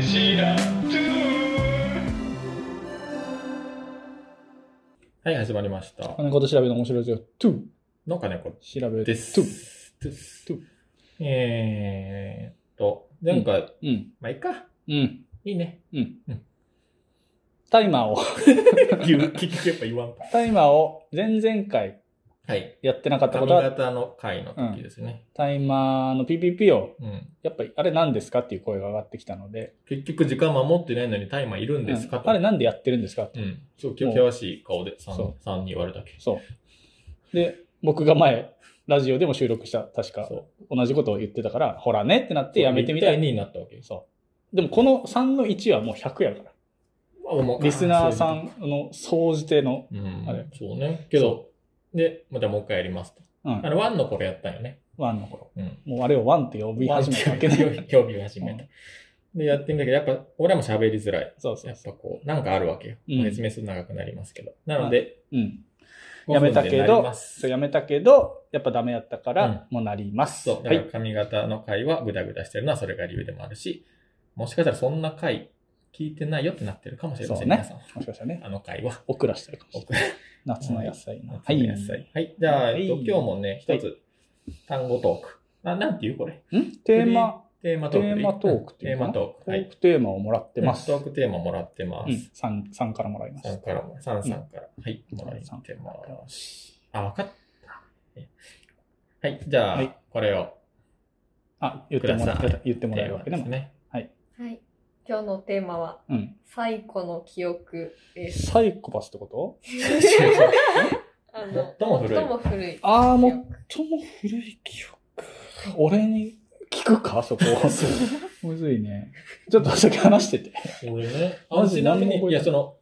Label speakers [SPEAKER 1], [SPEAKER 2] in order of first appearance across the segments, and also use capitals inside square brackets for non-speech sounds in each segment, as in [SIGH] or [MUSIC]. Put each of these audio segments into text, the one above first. [SPEAKER 1] シアト
[SPEAKER 2] はい、始まりました。
[SPEAKER 3] 金子と調べの面白いですよ。トゥ
[SPEAKER 2] の金子
[SPEAKER 3] 調べ
[SPEAKER 2] です。
[SPEAKER 3] トゥ
[SPEAKER 2] です
[SPEAKER 3] トゥ
[SPEAKER 2] えーっと、前回、
[SPEAKER 3] うん。
[SPEAKER 2] まあ、いいか。
[SPEAKER 3] うん。
[SPEAKER 2] いい
[SPEAKER 3] [LAUGHS]
[SPEAKER 2] ね。
[SPEAKER 3] タイマーを、 [LAUGHS]
[SPEAKER 2] 言う結局やっぱ言わんと。
[SPEAKER 3] タイマーを前々回
[SPEAKER 2] はい。
[SPEAKER 3] やってなかったこ
[SPEAKER 2] 髪
[SPEAKER 3] とは、
[SPEAKER 2] 型の回の時ですね。
[SPEAKER 3] タイマーの PPP を、
[SPEAKER 2] うん。
[SPEAKER 3] やっぱり、あれ何ですかっていう声が上がってきたので、
[SPEAKER 2] 結局時間守ってないのにタイマーいるんですか
[SPEAKER 3] うんあれなんでやってるんですか
[SPEAKER 2] うん。そう、今日険しい顔でさん
[SPEAKER 3] そ
[SPEAKER 2] さんに言われたっけ。
[SPEAKER 3] そう。で、僕が前、ラジオでも収録した、確か、
[SPEAKER 2] そ
[SPEAKER 3] 同じことを言ってたから、ほらねってなってやめてみた
[SPEAKER 2] たい
[SPEAKER 3] い。
[SPEAKER 2] になったわけ。
[SPEAKER 3] そう。でもこの3の1はもう100やから。
[SPEAKER 2] まあもう
[SPEAKER 3] リスナーさ
[SPEAKER 2] あ
[SPEAKER 3] んの総じての、
[SPEAKER 2] そういうこと。うん。
[SPEAKER 3] あれ
[SPEAKER 2] そうね。けど、で、またもう一回やりますと。
[SPEAKER 3] うん
[SPEAKER 2] あ、の、ワンの頃やったんよね。
[SPEAKER 3] 1の頃。
[SPEAKER 2] うん。
[SPEAKER 3] もうあれを1って呼び始めたわけね。
[SPEAKER 2] [LAUGHS] 興味を始めた。で、やってんだけど、やっぱ、俺も喋りづらい。
[SPEAKER 3] そうそ
[SPEAKER 2] や
[SPEAKER 3] う
[SPEAKER 2] っ
[SPEAKER 3] そ
[SPEAKER 2] ぱこう、なんかあるわけよ。
[SPEAKER 3] うん
[SPEAKER 2] 説明するの長くなりますけど。なので、
[SPEAKER 3] う。うん。
[SPEAKER 2] 5
[SPEAKER 3] やめ
[SPEAKER 2] 分
[SPEAKER 3] た
[SPEAKER 2] で
[SPEAKER 3] け
[SPEAKER 2] なり
[SPEAKER 3] ど
[SPEAKER 2] ま、す
[SPEAKER 3] そうやめたけど、やっぱダメやったから、もうなります。
[SPEAKER 2] そう。だか
[SPEAKER 3] は
[SPEAKER 2] ら
[SPEAKER 3] い。
[SPEAKER 2] 髪型の回はグダグダしてるのはそれが理由でもあるし、もしかしたらそんな回聞いてないよってなってるかもしれません。
[SPEAKER 3] そうね
[SPEAKER 2] 皆さん。
[SPEAKER 3] もしかしたらね、
[SPEAKER 2] あの回は。
[SPEAKER 3] オクラしてるかもしれな
[SPEAKER 2] 僕ら
[SPEAKER 3] い。夏の野菜な。
[SPEAKER 2] の
[SPEAKER 3] はい。
[SPEAKER 2] 野菜。はい。じゃあ、えっと
[SPEAKER 3] はい
[SPEAKER 2] 今日もね、一つ、単語トーク。あ、なんていうこれ。
[SPEAKER 3] んテーマ、
[SPEAKER 2] テーマト
[SPEAKER 3] テ
[SPEAKER 2] ークでい
[SPEAKER 3] ー
[SPEAKER 2] い。
[SPEAKER 3] マトークってい
[SPEAKER 2] テ
[SPEAKER 3] う
[SPEAKER 2] ー
[SPEAKER 3] の
[SPEAKER 2] マ
[SPEAKER 3] かな
[SPEAKER 2] トーク。はい
[SPEAKER 3] トー。クテーマをもらって
[SPEAKER 2] うん
[SPEAKER 3] ます。
[SPEAKER 2] トークテーマもらってま
[SPEAKER 3] う
[SPEAKER 2] す
[SPEAKER 3] ん。。三三からもらいま
[SPEAKER 2] 3
[SPEAKER 3] す。
[SPEAKER 2] からも、3、3から。はい、
[SPEAKER 3] うん
[SPEAKER 2] もらってます。あ、わかった。はい、じゃあ、
[SPEAKER 3] はい
[SPEAKER 2] これを
[SPEAKER 3] あ、言ってもら
[SPEAKER 2] くださ
[SPEAKER 3] え、言ってもらえるわけで
[SPEAKER 2] テーマ
[SPEAKER 3] も。
[SPEAKER 2] ね。
[SPEAKER 4] はい。今日のテーマは、
[SPEAKER 3] うん。
[SPEAKER 4] 最古の記憶です。
[SPEAKER 3] サイコパスってこと
[SPEAKER 4] [LAUGHS] あ
[SPEAKER 2] 最も古い
[SPEAKER 4] 最も古い。
[SPEAKER 3] ああ、もっとも古い記憶。俺に聞く
[SPEAKER 2] [LAUGHS]
[SPEAKER 3] かそこ。むずいね。ちょっと先話してて。
[SPEAKER 2] 俺ね、あ
[SPEAKER 3] マ
[SPEAKER 2] ち
[SPEAKER 3] ジ
[SPEAKER 2] なみ
[SPEAKER 3] 何も
[SPEAKER 2] に、い
[SPEAKER 3] 覚えてない
[SPEAKER 2] や、その、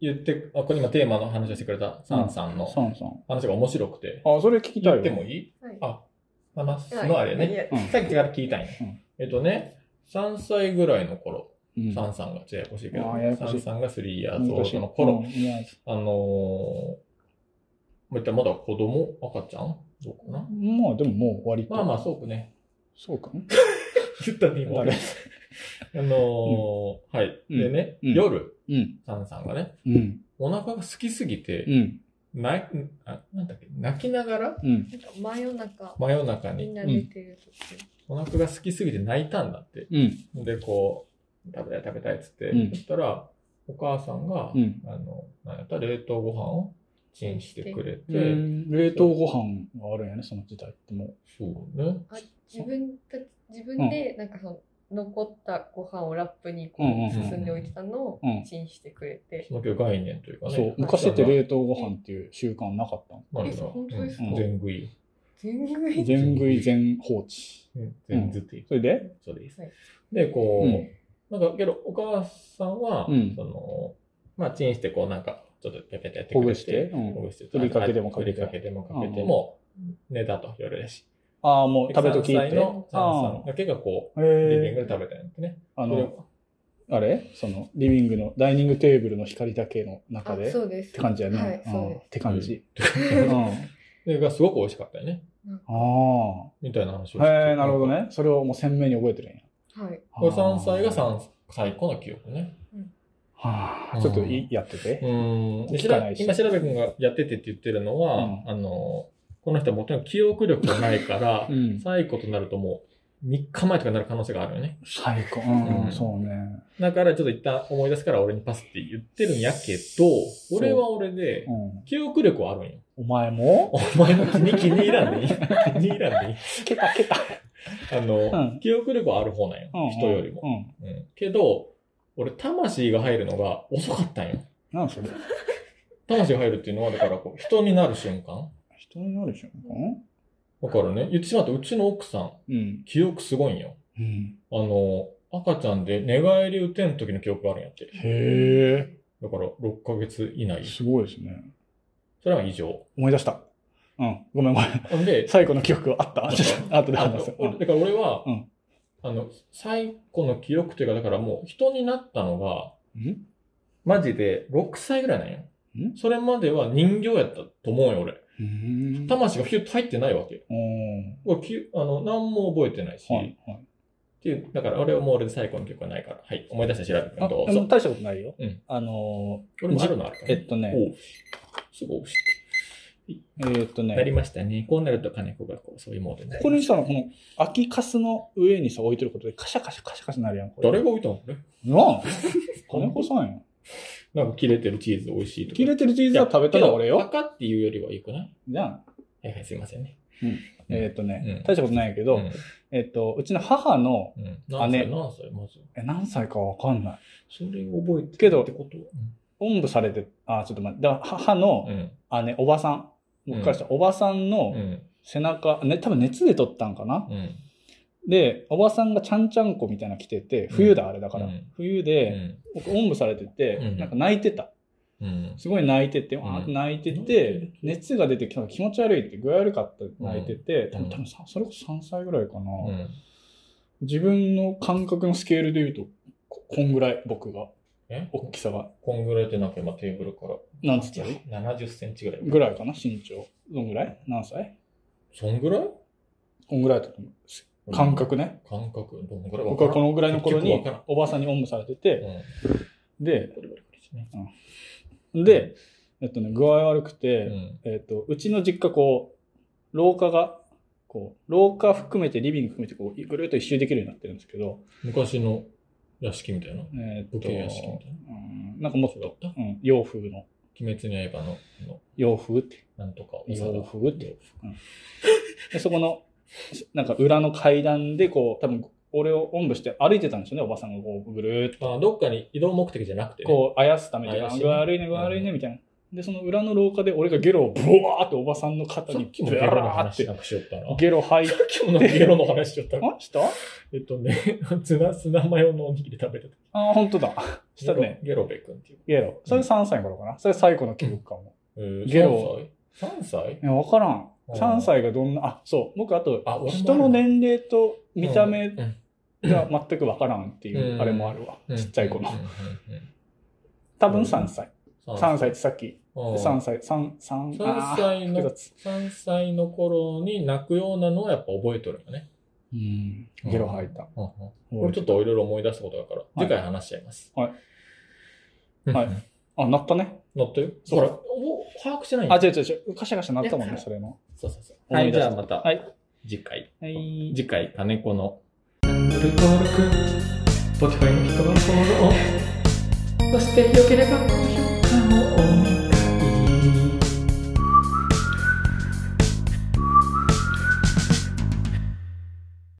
[SPEAKER 2] 言って、あこれ今テーマの話をしてくれたサンさんの
[SPEAKER 3] さんさん。
[SPEAKER 2] 話が面白くて、
[SPEAKER 3] あ、それ聞きたい
[SPEAKER 2] 言
[SPEAKER 3] わ
[SPEAKER 2] ってもいい
[SPEAKER 4] はい
[SPEAKER 2] あ、話す
[SPEAKER 4] はい
[SPEAKER 2] のあれね。
[SPEAKER 3] うん
[SPEAKER 2] さっきから聞いたんや
[SPEAKER 3] うん。
[SPEAKER 2] えっとね、3歳ぐらいの頃、
[SPEAKER 3] うん
[SPEAKER 2] サンさんが、ちょっとややこしいけど、
[SPEAKER 3] あーややこ
[SPEAKER 2] サ
[SPEAKER 3] し
[SPEAKER 2] ン
[SPEAKER 3] い
[SPEAKER 2] さんが3イヤーズオー
[SPEAKER 3] 昔
[SPEAKER 2] ルドの頃、
[SPEAKER 3] うんいや
[SPEAKER 2] あのー、まあ、まだ子供、赤ちゃんどうかな
[SPEAKER 3] まあでももう割と。
[SPEAKER 2] まあまあ、そうくね。
[SPEAKER 3] そうかね。
[SPEAKER 2] 言ったね、今。あ [LAUGHS]
[SPEAKER 3] 誰
[SPEAKER 2] のー、はい。
[SPEAKER 3] うん
[SPEAKER 2] でね、
[SPEAKER 3] うん
[SPEAKER 2] 夜、
[SPEAKER 3] うん。
[SPEAKER 2] サンさんがね、
[SPEAKER 3] うん。
[SPEAKER 2] お腹が好きすぎて
[SPEAKER 3] う、ん。
[SPEAKER 2] 泣いあなんだっけ、泣きながら、
[SPEAKER 3] うん。
[SPEAKER 4] なんか真夜中、
[SPEAKER 2] 真夜中
[SPEAKER 4] みん
[SPEAKER 2] に、
[SPEAKER 4] な寝てる時。
[SPEAKER 2] お腹が好きすぎて泣いたんだって。
[SPEAKER 3] うん。
[SPEAKER 2] で、こう、食べたい食べたいっつって、
[SPEAKER 3] うん
[SPEAKER 2] そしたら、お母さんが、
[SPEAKER 3] うん
[SPEAKER 2] あの、なんやった冷凍ご飯をチンしてくれて、
[SPEAKER 3] 冷凍ご飯があるんやね、その時代っても
[SPEAKER 2] そうね。
[SPEAKER 4] あ自分たち、自分で、なんかその、残ったご飯をラップにこ
[SPEAKER 3] うんうんうん
[SPEAKER 4] う包んでおいてたのを
[SPEAKER 3] うん
[SPEAKER 4] チンしてくれて、
[SPEAKER 2] その概念というか
[SPEAKER 3] う。
[SPEAKER 2] ね。
[SPEAKER 3] そう。昔って冷凍ご飯っていう習慣なかったの。
[SPEAKER 2] なんだ
[SPEAKER 4] え本当ですか
[SPEAKER 2] うん全食いよ。
[SPEAKER 4] 全食い。
[SPEAKER 3] 全食い全放置。
[SPEAKER 2] 全ずっていう
[SPEAKER 3] それで
[SPEAKER 2] そうです
[SPEAKER 4] はい。
[SPEAKER 2] で、こ
[SPEAKER 3] うん
[SPEAKER 2] う、なんか、けど、お母さんは
[SPEAKER 3] うん、
[SPEAKER 2] その、まあ、チンして、こう、なんか、ちょっとペペペやって
[SPEAKER 3] ほ
[SPEAKER 2] く
[SPEAKER 3] ぐ
[SPEAKER 2] れ
[SPEAKER 3] して
[SPEAKER 2] て、。
[SPEAKER 3] うん
[SPEAKER 2] ほぐして、
[SPEAKER 3] ふりかけでも
[SPEAKER 2] ふ
[SPEAKER 3] かけ
[SPEAKER 2] り
[SPEAKER 3] て
[SPEAKER 2] かけてもかけても、寝たと、夜だし。
[SPEAKER 3] ああ、もう食べときっ
[SPEAKER 2] 3歳
[SPEAKER 3] て。
[SPEAKER 2] の3
[SPEAKER 3] あ
[SPEAKER 2] さんだけが、こ
[SPEAKER 3] あ。
[SPEAKER 2] う、リビン
[SPEAKER 3] へ
[SPEAKER 2] グ
[SPEAKER 3] え。
[SPEAKER 2] で食べたんやってね。
[SPEAKER 3] あ
[SPEAKER 2] あ
[SPEAKER 3] の、、あれその、リビングの、ダイニングテーブルの光だけの中
[SPEAKER 4] あ
[SPEAKER 3] で。、っ
[SPEAKER 4] そうです。
[SPEAKER 3] て感じや
[SPEAKER 4] は
[SPEAKER 3] ね
[SPEAKER 4] い。、
[SPEAKER 3] う
[SPEAKER 4] そうんで
[SPEAKER 3] って感じ。
[SPEAKER 4] す。
[SPEAKER 3] うん。あ
[SPEAKER 2] それがすごく美味しかったよね。
[SPEAKER 3] あ。
[SPEAKER 2] みたいな話をしてて。
[SPEAKER 3] へえ、なるほど。ね。それをもう鮮明に覚えてるんや。
[SPEAKER 4] はい。
[SPEAKER 2] これ3歳が3最高の記憶ね。
[SPEAKER 3] は
[SPEAKER 2] う
[SPEAKER 3] あ
[SPEAKER 2] ん
[SPEAKER 3] ちょっといやってて。
[SPEAKER 2] うんで
[SPEAKER 3] 聞かないし
[SPEAKER 2] 今、調べ君がやっててって言ってるのは、
[SPEAKER 3] うん
[SPEAKER 2] あの、この人はもともと記憶力がないから
[SPEAKER 3] [LAUGHS] う、ん。
[SPEAKER 2] 最古となるともう3日前とかになる可能性があるよね。
[SPEAKER 3] 最高。
[SPEAKER 2] う
[SPEAKER 3] うんん、そうね。
[SPEAKER 2] だからちょっと一旦思い出すから俺にパスって言ってるんやけど、俺は俺で
[SPEAKER 3] う、ん。
[SPEAKER 2] 記憶力はあるんよ。
[SPEAKER 3] お前も
[SPEAKER 2] お前の気に気に入らんでいい気に入らんでいい
[SPEAKER 3] けた [LAUGHS] けた。
[SPEAKER 2] あの、
[SPEAKER 3] うん
[SPEAKER 2] 記憶力はある方なんよ。
[SPEAKER 3] うん
[SPEAKER 2] 人よりも。。うんけど、俺魂が入るのが遅かったんよ。
[SPEAKER 3] うん。なんそれ
[SPEAKER 2] 魂が入るっていうのは、だからこう、人になる瞬間。
[SPEAKER 3] 人になる瞬間
[SPEAKER 2] だからね、言ってしまうと、うちの奥さん、
[SPEAKER 3] うん。
[SPEAKER 2] 記憶すごいんよ。
[SPEAKER 3] うん。
[SPEAKER 2] あの、赤ちゃんで寝返り打てん時の記憶があるんやって。
[SPEAKER 3] へ
[SPEAKER 2] だから、6ヶ月以
[SPEAKER 3] え。
[SPEAKER 2] 内。
[SPEAKER 3] すごいですね。
[SPEAKER 2] それは異常。
[SPEAKER 3] 思い出した。うん。ごめんごめん。
[SPEAKER 2] ほんで、
[SPEAKER 3] [LAUGHS] 最後の記憶はあった [LAUGHS] ちょっと後で
[SPEAKER 2] あ
[SPEAKER 3] 話す
[SPEAKER 2] の。俺だから俺は、
[SPEAKER 3] うん
[SPEAKER 2] あの、最古の記憶というか、だからもう人になったのが、
[SPEAKER 3] うん
[SPEAKER 2] マジで6歳ぐらいなんよ
[SPEAKER 3] ん。
[SPEAKER 2] それまでは人形やったと思うよ、俺。
[SPEAKER 3] うん。
[SPEAKER 2] 魂がヒュッと入ってないわけ。
[SPEAKER 3] おー
[SPEAKER 2] 俺きあの、何も覚えてないし、
[SPEAKER 3] はい。はい。
[SPEAKER 2] っていう、だから俺はもう俺で最後の曲はないから、はい、思い出した調べく
[SPEAKER 3] あ
[SPEAKER 2] んどうぞ。
[SPEAKER 3] 大したことないよ。
[SPEAKER 2] うん
[SPEAKER 3] あのー
[SPEAKER 2] 俺もあるのあるから、
[SPEAKER 3] えっとね、
[SPEAKER 2] おうすぐ押して。
[SPEAKER 3] えーっと
[SPEAKER 2] なり
[SPEAKER 3] ね、
[SPEAKER 2] ましたね。こうなると金子がこう、そういうモードにな
[SPEAKER 3] こ
[SPEAKER 2] り
[SPEAKER 3] こ
[SPEAKER 2] ま
[SPEAKER 3] に
[SPEAKER 2] し
[SPEAKER 3] さ、この空きカスの上にさ、置いてることでカシャカシャカシャカシャなるやん。こ
[SPEAKER 2] た。
[SPEAKER 3] れ
[SPEAKER 2] 誰が置いたのね
[SPEAKER 3] なあ金子さんやん。
[SPEAKER 2] なんか切れてるチーズ美味しいとか。
[SPEAKER 3] 切れ
[SPEAKER 2] て
[SPEAKER 3] てるチーズは食べたのは俺よ。
[SPEAKER 2] 赤っていうよりは良くない
[SPEAKER 3] じゃん。
[SPEAKER 2] はいはい、すいませんね。うん
[SPEAKER 3] えーっとね、
[SPEAKER 2] うん
[SPEAKER 3] 大したことないけど、
[SPEAKER 2] うん
[SPEAKER 3] えっと、うちの母の、
[SPEAKER 2] うん。何
[SPEAKER 3] 姉
[SPEAKER 2] 歳何歳まず。
[SPEAKER 3] え、何歳かわかんない。
[SPEAKER 2] それを覚えてる
[SPEAKER 3] けど
[SPEAKER 2] ってこと
[SPEAKER 3] おんぶされて、あ、ちょっと待って、だから母の
[SPEAKER 2] うん。うん。
[SPEAKER 3] 姉、おばさん。僕からしたらおばさん
[SPEAKER 2] う
[SPEAKER 3] の
[SPEAKER 2] ん。
[SPEAKER 3] 背中、ね、多分熱で取ったんかな。
[SPEAKER 2] うん。
[SPEAKER 3] で、おばさんがちゃんちゃんこみたいなの着てて、冬だ、あれだから。
[SPEAKER 2] うん
[SPEAKER 3] 冬
[SPEAKER 2] う
[SPEAKER 3] で、
[SPEAKER 2] ん。
[SPEAKER 3] 僕、おんぶされてて、
[SPEAKER 2] うん
[SPEAKER 3] なんか泣いてた。
[SPEAKER 2] うん。
[SPEAKER 3] すごい泣いてて、わーって泣いてて、
[SPEAKER 2] うん
[SPEAKER 3] 熱が出てきた気持ち悪いって、具合悪かった泣いてて、
[SPEAKER 2] う
[SPEAKER 3] 多
[SPEAKER 2] ん
[SPEAKER 3] 分、多分さそれこそ3歳ぐらいかな。
[SPEAKER 2] うん
[SPEAKER 3] 自分の感覚のスケールで言うと、ここんぐらい、僕が、
[SPEAKER 2] え
[SPEAKER 3] 大きさが、
[SPEAKER 2] こんぐらいでなければテーブルから。
[SPEAKER 3] なんつったらいい
[SPEAKER 2] 70センチぐらい。
[SPEAKER 3] ぐらいかな、身長。どんぐらい何歳
[SPEAKER 2] そんぐらい
[SPEAKER 3] こんぐらいだと思う。感。覚ね。
[SPEAKER 2] 感覚。どんぐらい
[SPEAKER 3] 僕はこのぐらいの頃
[SPEAKER 2] 結
[SPEAKER 3] に
[SPEAKER 2] 局わからん、
[SPEAKER 3] おばさんにおんぶされて
[SPEAKER 2] う
[SPEAKER 3] て、
[SPEAKER 2] ん。
[SPEAKER 3] で、
[SPEAKER 2] これこれこれですね
[SPEAKER 3] で、えっとね、具合悪く
[SPEAKER 2] う
[SPEAKER 3] て、
[SPEAKER 2] ん。
[SPEAKER 3] えっと、うちの実家こう、廊下が、こう、廊下含めてリビング含めてこう、ぐるっと一周できるようになってるんですけど、
[SPEAKER 2] 昔の屋敷みたいな。
[SPEAKER 3] えっと、
[SPEAKER 2] 武家屋敷みたい
[SPEAKER 3] うんなんかもっ
[SPEAKER 2] 違っ
[SPEAKER 3] と、
[SPEAKER 2] た
[SPEAKER 3] うん、洋風の、
[SPEAKER 2] 鬼滅の刃の、の
[SPEAKER 3] 洋風って。
[SPEAKER 2] なんとかを
[SPEAKER 3] 洋風って。で、そこの、しなんか裏の階段でこう、多分、俺をおんぶして歩いてたんですよね、おばさんがこう、ぐるーっ
[SPEAKER 2] まあ、どっかに移動目的じゃなくて、
[SPEAKER 3] と、
[SPEAKER 2] ね、
[SPEAKER 3] こう、あやすために、
[SPEAKER 2] あや
[SPEAKER 3] あ
[SPEAKER 2] しね
[SPEAKER 3] 具合悪いね、具合悪いね、みたいな。で、その裏の廊下で俺がゲロをブワーっておばさんの肩
[SPEAKER 2] さ
[SPEAKER 3] に
[SPEAKER 2] っ、きも
[SPEAKER 3] ブ
[SPEAKER 2] ゲロの
[SPEAKER 3] ワーっ
[SPEAKER 2] 話
[SPEAKER 3] て
[SPEAKER 2] な、くしよったな。さ
[SPEAKER 3] ゲロ吐いて、
[SPEAKER 2] っきもなんかゲロの話しよったな。
[SPEAKER 3] あした
[SPEAKER 2] えっとね、 [LAUGHS] ツナ、ツナマヨのおにぎり食べてた。
[SPEAKER 3] あ、本
[SPEAKER 2] [LAUGHS]
[SPEAKER 3] 当だ。したね。
[SPEAKER 2] ゲロベ君っていう。
[SPEAKER 3] ゲロ。それ3歳の頃かな。それ最古の記憶かも。
[SPEAKER 2] えー
[SPEAKER 3] ゲロ。
[SPEAKER 2] 3歳
[SPEAKER 3] いや、わからん。
[SPEAKER 2] うん
[SPEAKER 3] 3歳がどんな、あ、そう。僕、あと
[SPEAKER 2] あ俺もあ、る
[SPEAKER 3] 人の年齢と見た目
[SPEAKER 2] うん
[SPEAKER 3] が全くわからんっていうう、
[SPEAKER 2] ん
[SPEAKER 3] あれもあるわ。
[SPEAKER 2] うん
[SPEAKER 3] ちっちゃい子の
[SPEAKER 2] うん。うんうん
[SPEAKER 3] 多分3歳。
[SPEAKER 2] うん
[SPEAKER 3] 3歳ってさっき。
[SPEAKER 2] うん
[SPEAKER 3] 3歳、3、三
[SPEAKER 2] 3歳の、
[SPEAKER 3] 複雑。
[SPEAKER 2] 三歳の頃に泣くようなのはやっぱ覚えとるよね。
[SPEAKER 3] うん。ゲロ吐いた。
[SPEAKER 2] うんうん俺ちょっといろいろ思い出したことだから、次回話しちゃいます。
[SPEAKER 3] はい
[SPEAKER 2] うん。
[SPEAKER 3] はいあ、鳴ったね。
[SPEAKER 2] 乗ったよ。
[SPEAKER 3] そう
[SPEAKER 2] ほら、お把握してないんだ
[SPEAKER 3] あ、違う違う違う。カシャカシャ鳴ったもんね、それも。
[SPEAKER 2] そうそうそう。
[SPEAKER 3] 思
[SPEAKER 2] はいい、
[SPEAKER 3] 出し
[SPEAKER 2] じ
[SPEAKER 3] た
[SPEAKER 2] ゃあまた
[SPEAKER 3] はい。
[SPEAKER 2] 次回。
[SPEAKER 3] はい。
[SPEAKER 2] 次回、金子の。ル登録、Spotify の人はフォロー。そして、良ければ高評価もお願い。